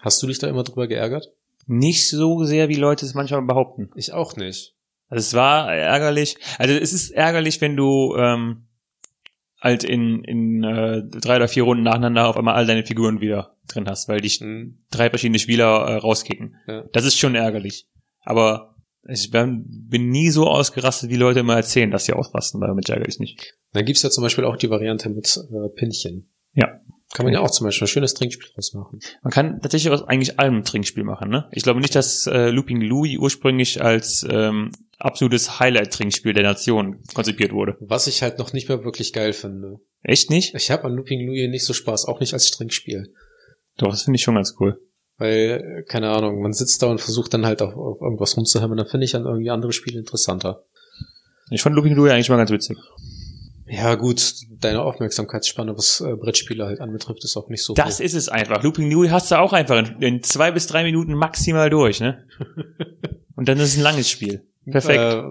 Speaker 2: Hast du dich da immer drüber geärgert?
Speaker 1: Nicht so sehr, wie Leute es manchmal behaupten.
Speaker 2: Ich auch nicht.
Speaker 1: Also es war ärgerlich. Also es ist ärgerlich, wenn du ähm, halt in, in äh, drei oder vier Runden nacheinander auf einmal all deine Figuren wieder drin hast, weil dich
Speaker 2: Hm.
Speaker 1: drei verschiedene Spieler äh, rauskicken.
Speaker 2: Ja.
Speaker 1: Das ist schon ärgerlich. Aber ich bin, bin nie so ausgerastet, wie Leute immer erzählen, dass sie ausrasten, weil damit ärgere ich nicht.
Speaker 2: Dann gibt's ja zum Beispiel auch die Variante mit äh, Pinchen.
Speaker 1: Ja.
Speaker 2: Kann man ja auch zum Beispiel ein schönes Trinkspiel draus machen.
Speaker 1: Man kann tatsächlich aus eigentlich allem ein Trinkspiel machen, ne? Ich glaube nicht, dass äh, Looping Louie ursprünglich als ähm, absolutes Highlight-Trinkspiel der Nation konzipiert wurde.
Speaker 2: Was ich halt noch nicht mehr wirklich geil finde.
Speaker 1: Echt nicht?
Speaker 2: Ich habe an Looping Louie nicht so Spaß, auch nicht als Trinkspiel.
Speaker 1: Doch, das finde ich schon ganz cool.
Speaker 2: Weil, äh, keine Ahnung, man sitzt da und versucht dann halt auf, auf irgendwas rumzuhämmern, dann finde ich dann irgendwie andere Spiele interessanter.
Speaker 1: Ich fand Looping Louie eigentlich mal ganz witzig.
Speaker 2: Ja gut, deine Aufmerksamkeitsspanne, was äh, Brettspiele halt anbetrifft, ist auch nicht so
Speaker 1: Das
Speaker 2: hoch.
Speaker 1: ist es einfach. Looping Louie hast du auch einfach in, in zwei bis drei Minuten maximal durch, ne? Und dann ist es ein langes Spiel. Perfekt.
Speaker 2: Äh,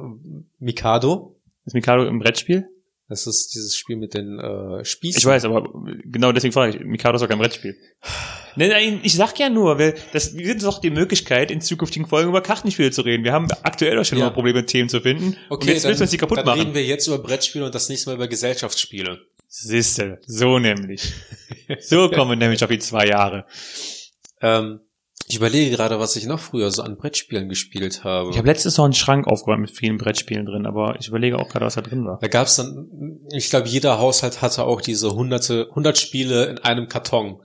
Speaker 2: Mikado,
Speaker 1: ist Mikado im Brettspiel?
Speaker 2: das ist dieses Spiel mit den äh, Spießen.
Speaker 1: Ich weiß, aber genau deswegen frage ich. Mikado ist doch kein Brettspiel. Nein, nein, ich sag ja nur, weil das wird doch die Möglichkeit, in zukünftigen Folgen über Kartenspiele zu reden. Wir haben aktuell auch schon
Speaker 2: Ja.
Speaker 1: immer Probleme, Themen zu finden.
Speaker 2: Okay,
Speaker 1: und jetzt
Speaker 2: dann,
Speaker 1: willst du uns die kaputt
Speaker 2: dann reden
Speaker 1: machen.
Speaker 2: wir jetzt über Brettspiele und das nächste Mal über Gesellschaftsspiele.
Speaker 1: Siehste, so nämlich. So kommen wir nämlich auf die zwei Jahre.
Speaker 2: Ähm, ich überlege gerade, was ich noch früher so an Brettspielen gespielt habe.
Speaker 1: Ich habe letztens noch einen Schrank aufgeräumt mit vielen Brettspielen drin, aber ich überlege auch gerade, was da drin war.
Speaker 2: da gab's dann, ich glaube, jeder Haushalt hatte auch diese hunderte, hundert Spiele in einem Karton.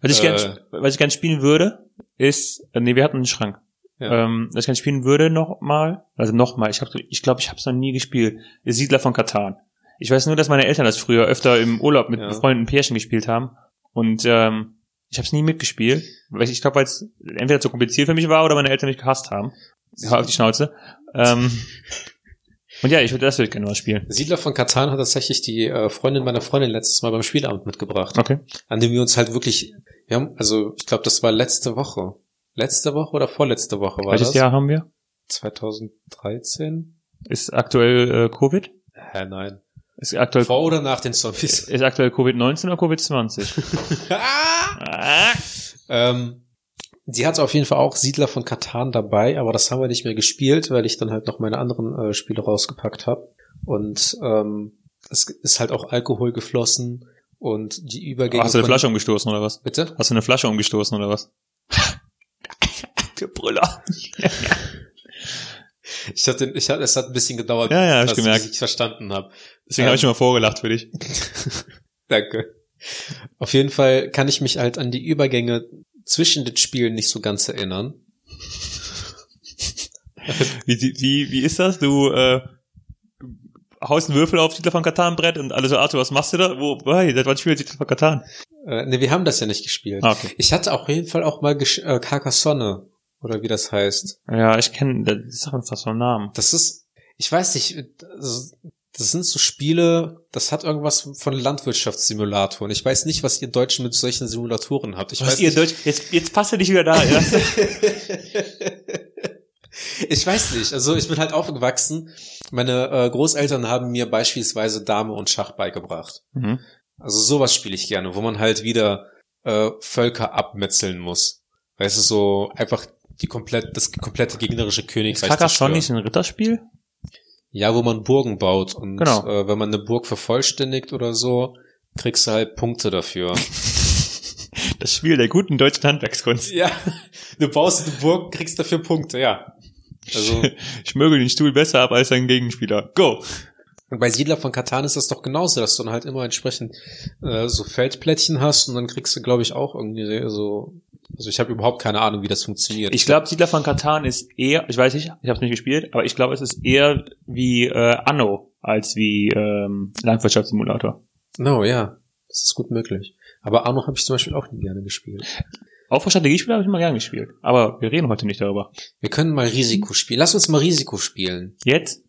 Speaker 1: Was ich,
Speaker 2: Äh.
Speaker 1: gern, was ich gern spielen würde, ist, äh, nee, wir hatten einen Schrank.
Speaker 2: Ja.
Speaker 1: Ähm, was ich gern spielen würde nochmal, also nochmal, ich glaube, ich, glaub, ich habe es noch nie gespielt, ist Siedler von Katan. Ich weiß nur, dass meine Eltern das früher öfter im Urlaub mit
Speaker 2: Ja.
Speaker 1: Freunden Pärchen gespielt haben und ähm, ich habe es nie mitgespielt, weil ich, ich glaube, weil es entweder zu kompliziert für mich war oder meine Eltern mich gehasst haben. Ich hau auf die Schnauze. Ähm, und ja, ich würde das würde ich gerne mal spielen.
Speaker 2: Siedler von Katan hat tatsächlich die äh, Freundin meiner Freundin letztes Mal beim Spielabend mitgebracht.
Speaker 1: Okay.
Speaker 2: an dem wir uns halt wirklich, wir haben, also ich glaube, das war letzte Woche. Letzte Woche oder vorletzte Woche war
Speaker 1: Welches
Speaker 2: das?
Speaker 1: Jahr haben wir?
Speaker 2: 2013?
Speaker 1: Ist aktuell äh, Covid?
Speaker 2: Hä, nein.
Speaker 1: Ist aktuell
Speaker 2: Vor oder nach den Zombies?
Speaker 1: Ist aktuell Covid-19 oder Covid-20?
Speaker 2: Ah!
Speaker 1: ah,
Speaker 2: ähm, die hatte auf jeden Fall auch Siedler von Katan dabei, aber das haben wir nicht mehr gespielt, weil ich dann halt noch meine anderen äh, Spiele rausgepackt habe. Und ähm, es ist halt auch Alkohol geflossen und die Übergänge.
Speaker 1: hast du eine
Speaker 2: von-
Speaker 1: Flasche umgestoßen oder was?
Speaker 2: Bitte?
Speaker 1: Hast du eine Flasche umgestoßen oder was? Der Brüller.
Speaker 2: Ich hatte, ich hatte, es hat ein bisschen gedauert,
Speaker 1: Ja, ja, hab ich
Speaker 2: dass
Speaker 1: gemerkt.
Speaker 2: ich verstanden habe.
Speaker 1: Deswegen habe ich schon mal vorgelacht für dich.
Speaker 2: Danke. Auf jeden Fall kann ich mich halt an die Übergänge zwischen den Spielen nicht so ganz erinnern.
Speaker 1: Wie, wie, wie ist das? Du äh, haust einen Würfel auf Titel von Katan Brett und alle so, Arthur, was machst du da? Wo, hey, das war ein Spiel Titel von Katan.
Speaker 2: Äh, ne, wir haben das ja nicht gespielt.
Speaker 1: Ah, okay.
Speaker 2: Ich hatte auf jeden Fall auch mal gesch- äh, Carcassonne oder wie das heißt.
Speaker 1: Ja, ich kenne, das ist doch fast so ein Namen.
Speaker 2: Das ist, ich weiß nicht, das das sind so Spiele, das hat irgendwas von Landwirtschaftssimulatoren. Ich weiß nicht, was ihr Deutschen mit solchen Simulatoren habt. Ich weiß
Speaker 1: Was ihr
Speaker 2: nicht,
Speaker 1: Deutsch, jetzt, jetzt passt du dich wieder da. Ja?
Speaker 2: ich weiß nicht. Also ich bin halt aufgewachsen. Meine äh, Großeltern haben mir beispielsweise Dame und Schach beigebracht.
Speaker 1: mhm.
Speaker 2: Also sowas spiele ich gerne, wo man halt wieder äh, Völker abmetzeln muss. Weißt du, so einfach die komplett, das komplette gegnerische Königreich
Speaker 1: Carcassonne
Speaker 2: zerstören.
Speaker 1: ist ein Ritterspiel?
Speaker 2: Ja, wo man Burgen baut und
Speaker 1: Genau.
Speaker 2: äh, wenn man eine Burg vervollständigt oder so, kriegst du halt Punkte dafür.
Speaker 1: Das Spiel der guten deutschen Handwerkskunst.
Speaker 2: ja, du baust eine Burg, kriegst dafür Punkte, ja. Also
Speaker 1: Ich möge den Stuhl besser ab als dein Gegenspieler. Go!
Speaker 2: Und bei Siedler von Katan ist das doch genauso, dass du dann halt immer entsprechend äh, so Feldplättchen hast und dann kriegst du, glaube ich, auch irgendwie so. Also ich habe überhaupt keine Ahnung, wie das funktioniert.
Speaker 1: Ich glaube, Siedler von Katan ist eher, ich weiß nicht, ich habe es nicht gespielt, aber ich glaube, es ist eher wie äh, Anno als wie ähm, Landwirtschaftssimulator.
Speaker 2: No, ja. Das ist gut möglich. Aber Arno habe ich zum Beispiel auch nie gerne gespielt.
Speaker 1: Auch für Strategiespiele habe ich mal gern gespielt, aber wir reden heute nicht darüber.
Speaker 2: Wir können mal Risiko spielen. Lass uns mal Risiko spielen.
Speaker 1: Jetzt?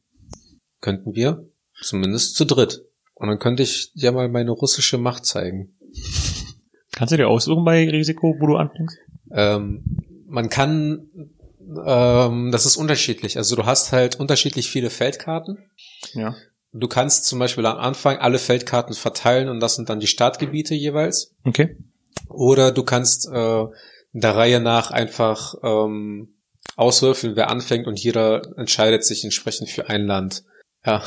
Speaker 2: Könnten wir. Zumindest zu dritt. Und dann könnte ich ja mal meine russische Macht zeigen.
Speaker 1: Kannst du dir aussuchen bei Risiko, wo du anfängst?
Speaker 2: Ähm, man kann Ähm, das ist unterschiedlich. Also du hast halt unterschiedlich viele Feldkarten.
Speaker 1: Ja.
Speaker 2: Du kannst zum Beispiel am Anfang alle Feldkarten verteilen und das sind dann die Startgebiete jeweils.
Speaker 1: Okay.
Speaker 2: Oder du kannst äh, der Reihe nach einfach ähm, auswürfeln, wer anfängt und jeder entscheidet sich entsprechend für ein Land. Ja.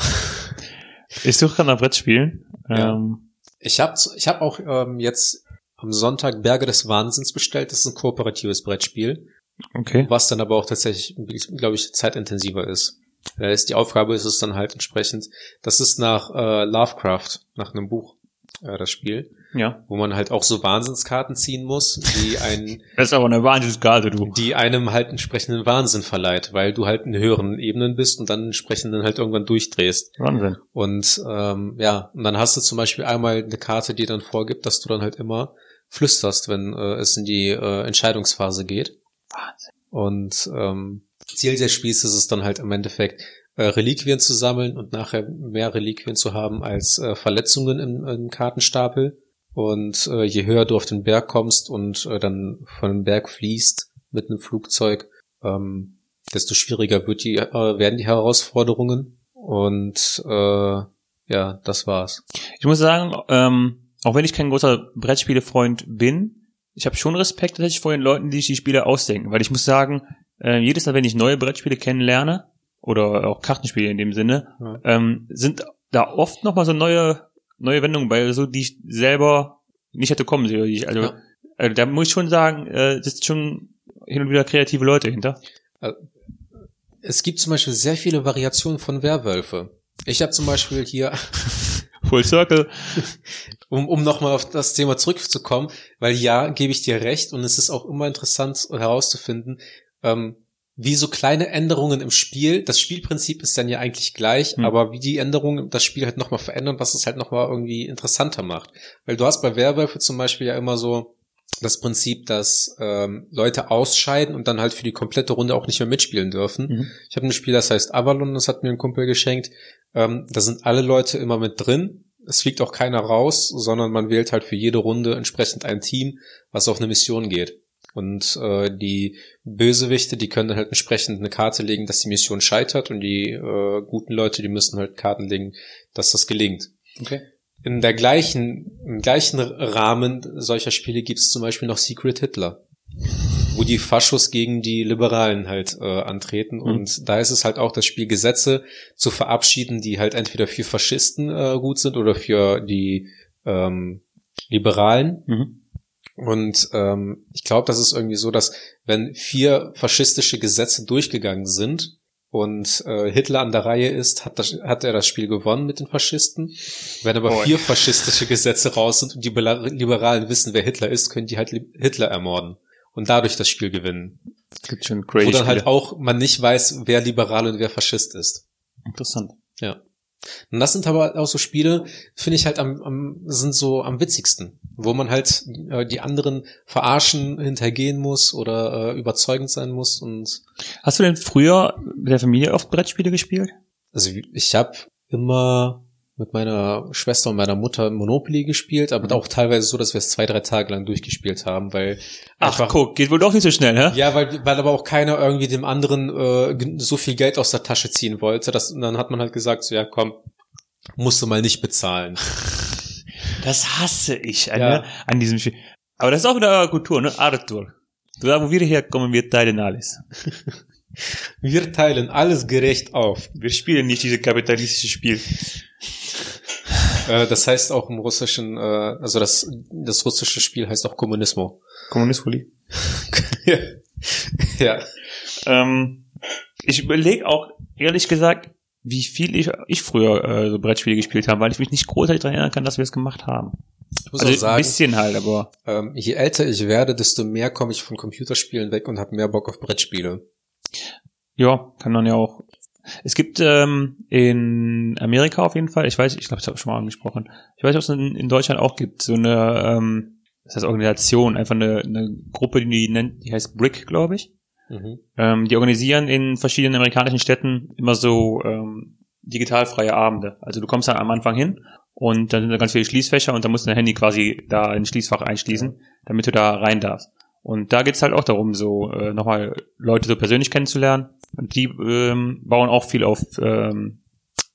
Speaker 1: Ich suche gerade nach Brettspielen.
Speaker 2: Ja.
Speaker 1: Ähm,
Speaker 2: Ich habe ich hab auch ähm, jetzt am Sonntag Berge des Wahnsinns bestellt. Das ist ein kooperatives Brettspiel,
Speaker 1: okay.
Speaker 2: was dann aber auch tatsächlich, glaube ich, zeitintensiver ist. Da ist die Aufgabe ist es dann halt entsprechend. Das ist nach äh, Lovecraft, nach einem Buch, äh, das Spiel,
Speaker 1: Ja.
Speaker 2: wo man halt auch so Wahnsinnskarten ziehen muss, die einen
Speaker 1: Das ist aber eine Wahnsinnskarte, du.
Speaker 2: die einem halt entsprechenden Wahnsinn verleiht, weil du halt in höheren Ebenen bist und dann entsprechend dann halt irgendwann durchdrehst.
Speaker 1: Wahnsinn.
Speaker 2: Und ähm, ja, und dann hast du zum Beispiel einmal eine Karte, die dann vorgibt, dass du dann halt immer flüsterst, wenn äh, es in die äh, Entscheidungsphase geht. Und ähm, Ziel des Spiels ist es dann halt im Endeffekt, äh, Reliquien zu sammeln und nachher mehr Reliquien zu haben als äh, Verletzungen im, im Kartenstapel. Und äh, je höher du auf den Berg kommst und äh, dann von dem Berg fließt mit einem Flugzeug, ähm, desto schwieriger wird die, äh, werden die Herausforderungen. Und äh, ja, das war's.
Speaker 1: Ich muss sagen, ähm, auch wenn ich kein großer Brettspielefreund bin, ich habe schon Respekt tatsächlich vor den Leuten, die sich die Spiele ausdenken, weil ich muss sagen, äh, jedes Mal, wenn ich neue Brettspiele kennenlerne oder auch Kartenspiele in dem Sinne,
Speaker 2: Ja.
Speaker 1: ähm, sind da oft noch mal so neue neue Wendungen bei, so die ich selber nicht hätte kommen sehen. oder die ich- Also,
Speaker 2: Ja.
Speaker 1: also da muss ich schon sagen, äh, sitzt schon hin und wieder kreative Leute hinter.
Speaker 2: Es gibt zum Beispiel sehr viele Variationen von Werwölfe. Ich habe zum Beispiel hier
Speaker 1: Full Circle.
Speaker 2: um, um nochmal auf das Thema zurückzukommen, weil ja, gebe ich dir recht und es ist auch immer interessant herauszufinden, ähm, wie so kleine Änderungen im Spiel, das Spielprinzip ist dann ja eigentlich gleich,
Speaker 1: Hm.
Speaker 2: aber wie die Änderungen das Spiel halt nochmal verändern, was es halt nochmal irgendwie interessanter macht. Weil du hast bei Werwölfe zum Beispiel ja immer so das Prinzip, dass ähm, Leute ausscheiden und dann halt für die komplette Runde auch nicht mehr mitspielen dürfen.
Speaker 1: Mhm.
Speaker 2: Ich habe ein Spiel, das heißt Avalon, das hat mir ein Kumpel geschenkt. Ähm, da sind alle Leute immer mit drin. Es fliegt auch keiner raus, sondern man wählt halt für jede Runde entsprechend ein Team, was auf eine Mission geht. Und äh, die Bösewichte, die können dann halt entsprechend eine Karte legen, dass die Mission scheitert und die äh, guten Leute, die müssen halt Karten legen, dass das gelingt.
Speaker 1: Okay.
Speaker 2: In der gleichen, im gleichen Rahmen solcher Spiele gibt es zum Beispiel noch Secret Hitler, wo die Faschos gegen die Liberalen halt äh, antreten. Und da ist es halt auch das Spiel, Gesetze zu verabschieden, die halt entweder für Faschisten äh, gut sind oder für die ähm, Liberalen.
Speaker 1: Mhm.
Speaker 2: Und ähm, ich glaube, das ist irgendwie so, dass wenn vier faschistische Gesetze durchgegangen sind und äh, Hitler an der Reihe ist, hat, das, hat er das Spiel gewonnen mit den Faschisten. Wenn aber
Speaker 1: Boah.
Speaker 2: vier faschistische Gesetze raus sind und die Bela- Liberalen wissen, wer Hitler ist, können die halt Li- Hitler ermorden und dadurch das Spiel gewinnen.
Speaker 1: Es gibt schon
Speaker 2: Wo
Speaker 1: crazy
Speaker 2: dann halt
Speaker 1: Spiele.
Speaker 2: auch man nicht weiß, wer liberal und wer Faschist ist.
Speaker 1: Interessant.
Speaker 2: Und das sind aber auch so Spiele, finde ich halt am, am sind so am witzigsten, wo man halt äh, die anderen verarschen, hintergehen muss oder äh, überzeugend sein muss und
Speaker 1: Hast du denn früher mit der Familie oft Brettspiele gespielt?
Speaker 2: also ich habe immer mit meiner Schwester und meiner Mutter Monopoly gespielt,
Speaker 1: Mhm.
Speaker 2: aber auch teilweise so, dass wir es zwei, drei Tage lang durchgespielt haben, weil
Speaker 1: Ach, guck, geht wohl doch nicht so schnell, hä?
Speaker 2: Ja, weil, weil aber auch keiner irgendwie dem anderen äh, gen- so viel Geld aus der Tasche ziehen wollte. Dass, und dann hat man halt gesagt, so ja komm, musst du mal nicht bezahlen.
Speaker 1: Das hasse ich an,
Speaker 2: Ja.
Speaker 1: an diesem Spiel. Aber das ist auch wieder Kultur, ne? Arthur. Du da, wo wir herkommen, wir teilen alles.
Speaker 2: Wir teilen alles gerecht auf.
Speaker 1: Wir spielen nicht dieses kapitalistische Spiel.
Speaker 2: Äh, das heißt auch im russischen, äh, also das, das russische Spiel heißt auch Kommunismo.
Speaker 1: Kommunistpoli.
Speaker 2: ja.
Speaker 1: Ähm, ich überlege auch, ehrlich gesagt, wie viel ich, ich früher äh, so Brettspiele gespielt habe, weil ich mich nicht großartig daran erinnern kann, dass wir es gemacht haben.
Speaker 2: Ich muss
Speaker 1: also
Speaker 2: auch
Speaker 1: ein
Speaker 2: sagen,
Speaker 1: bisschen halt, aber
Speaker 2: ähm, je älter ich werde, desto mehr komme ich von Computerspielen weg und habe mehr Bock auf Brettspiele.
Speaker 1: Ja, kann man ja auch. Es gibt ähm, in Amerika auf jeden Fall, ich weiß, ich glaube, ich habe schon mal angesprochen, ich weiß, nicht, ob es in, in Deutschland auch gibt, so eine, ähm, das heißt Organisation, einfach eine, eine Gruppe, die nennt, die heißt Brick, glaube ich. Ähm, die organisieren in verschiedenen amerikanischen Städten immer so ähm, digitalfreie Abende. Also du kommst dann am Anfang hin und dann sind da ganz viele Schließfächer und dann musst du dein Handy quasi da in ein Schließfach einschließen, damit du da rein darfst. Und da geht's halt auch darum, so äh, nochmal Leute so persönlich kennenzulernen. Und die ähm, bauen auch viel auf ähm,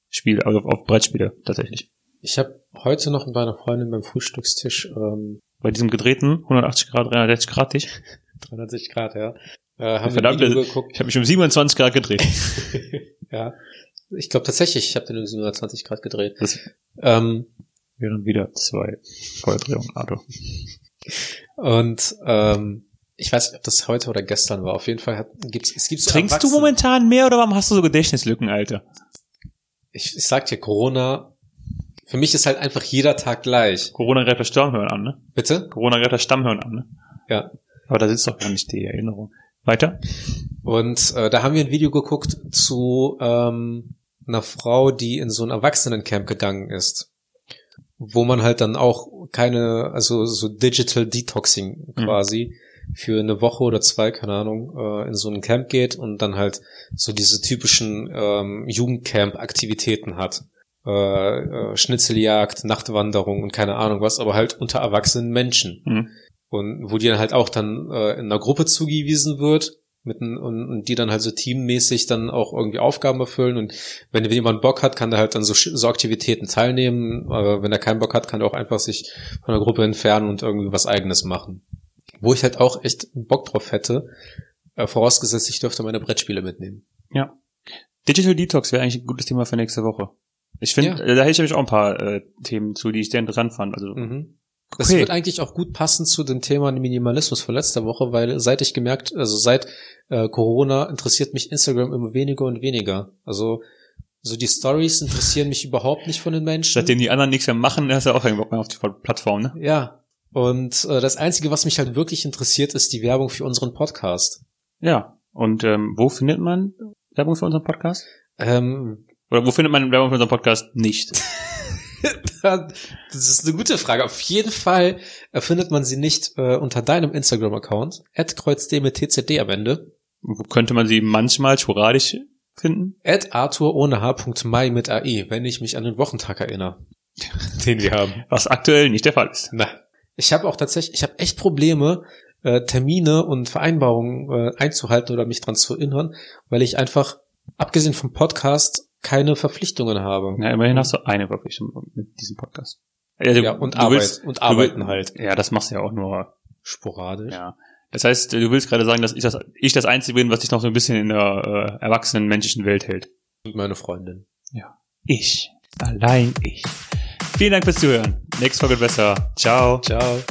Speaker 1: Spiel, also auf Brettspiele tatsächlich.
Speaker 2: Ich habe heute noch mit meiner Freundin beim Frühstückstisch ähm,
Speaker 1: Bei diesem gedrehten 180 Grad, 360 Grad Tisch.
Speaker 2: 360 Grad, ja. Äh, haben
Speaker 1: Verdammt,
Speaker 2: wir ein Video
Speaker 1: das-
Speaker 2: geguckt.
Speaker 1: Ich habe mich um 27 Grad gedreht.
Speaker 2: ja. Ich glaube tatsächlich, ich habe den um 720 Grad gedreht.
Speaker 1: Das
Speaker 2: Ähm,
Speaker 1: wären wieder zwei Volldrehungen. Arthur.
Speaker 2: und ähm, ich weiß nicht, ob das heute oder gestern war. Auf jeden Fall hat, gibt's, es gibt
Speaker 1: Trinkst du momentan mehr oder warum hast du so Gedächtnislücken, Alter?
Speaker 2: Ich, ich sag dir, Corona, für mich ist halt einfach jeder Tag gleich.
Speaker 1: Corona rettet das Stammhören an, ne?
Speaker 2: Bitte?
Speaker 1: Corona rettet das Stammhören an, ne?
Speaker 2: Ja.
Speaker 1: Aber da sitzt doch gar nicht die Erinnerung. Weiter?
Speaker 2: Und äh, da haben wir ein Video geguckt zu ähm, einer Frau, die in so ein Erwachsenencamp gegangen ist, wo man halt dann auch keine, also so Digital Detoxing quasi für eine Woche oder zwei, keine Ahnung, äh, in so ein Camp geht und dann halt so diese typischen ähm, Jugendcamp-Aktivitäten hat. Äh, äh, Schnitzeljagd, Nachtwanderung und keine Ahnung was, aber halt unter erwachsenen Menschen.
Speaker 1: Mhm.
Speaker 2: Und wo die dann halt auch dann äh, in einer Gruppe zugewiesen wird mit, n- und, und die dann halt so teammäßig dann auch irgendwie Aufgaben erfüllen. Und wenn jemand Bock hat, kann der halt dann so, Sch- so Aktivitäten teilnehmen. Aber wenn er keinen Bock hat, kann er auch einfach sich von der Gruppe entfernen und irgendwie was eigenes machen. Wo ich halt auch echt Bock drauf hätte, äh, vorausgesetzt, ich dürfte meine Brettspiele mitnehmen.
Speaker 1: Digital Detox wäre eigentlich ein gutes Thema für nächste Woche. Ich finde,
Speaker 2: Ja.
Speaker 1: äh, da hätte ich nämlich auch ein paar äh, Themen zu, die ich sehr interessant fand. Also
Speaker 2: Mhm. Das
Speaker 1: Okay.
Speaker 2: wird eigentlich auch gut passen zu dem Thema Minimalismus von letzter Woche, weil seit ich gemerkt, also seit äh, Corona interessiert mich Instagram immer weniger und weniger. Also so die Stories interessieren mich überhaupt nicht von den Menschen.
Speaker 1: seitdem die anderen nichts mehr machen, hast du auch keinen Bock mehr auf die Plattform, ne?
Speaker 2: ja. Und äh, das Einzige, was mich halt wirklich interessiert, ist die Werbung für unseren Podcast.
Speaker 1: Ja. Und ähm, wo findet man Werbung für unseren Podcast?
Speaker 2: Ähm,
Speaker 1: Oder wo findet man Werbung für unseren Podcast nicht?
Speaker 2: das ist eine gute Frage. Auf jeden Fall äh, findet man sie nicht äh, unter deinem Instagram-Account, @kreuzd mit tcd am Ende.
Speaker 1: Wo könnte man sie manchmal sporadisch finden?
Speaker 2: at Arthur ohne H.mai mit AE, wenn ich mich an den Wochentag erinnere, den wir haben.
Speaker 1: Was aktuell nicht der Fall ist.
Speaker 2: Na. Ich habe auch tatsächlich, ich habe echt Probleme, äh, Termine und Vereinbarungen äh, einzuhalten oder mich dran zu erinnern, weil ich einfach, abgesehen vom Podcast, keine Verpflichtungen habe.
Speaker 1: Ja, immerhin hast du eine Verpflichtung mit diesem Podcast. Also,
Speaker 2: Ja, und
Speaker 1: du
Speaker 2: Arbeit.
Speaker 1: willst-
Speaker 2: und arbeiten
Speaker 1: du
Speaker 2: halt.
Speaker 1: Ja, das machst du ja auch nur
Speaker 2: Sporadisch.
Speaker 1: Ja. Das heißt, du willst gerade sagen, dass ich das, ich das Einzige bin, was dich noch so ein bisschen in der äh, erwachsenen menschlichen Welt hält.
Speaker 2: Und meine Freundin.
Speaker 1: Ich. Allein ich. Vielen Dank fürs Zuhören. Nächste Folge wird besser. Ciao.
Speaker 2: Ciao.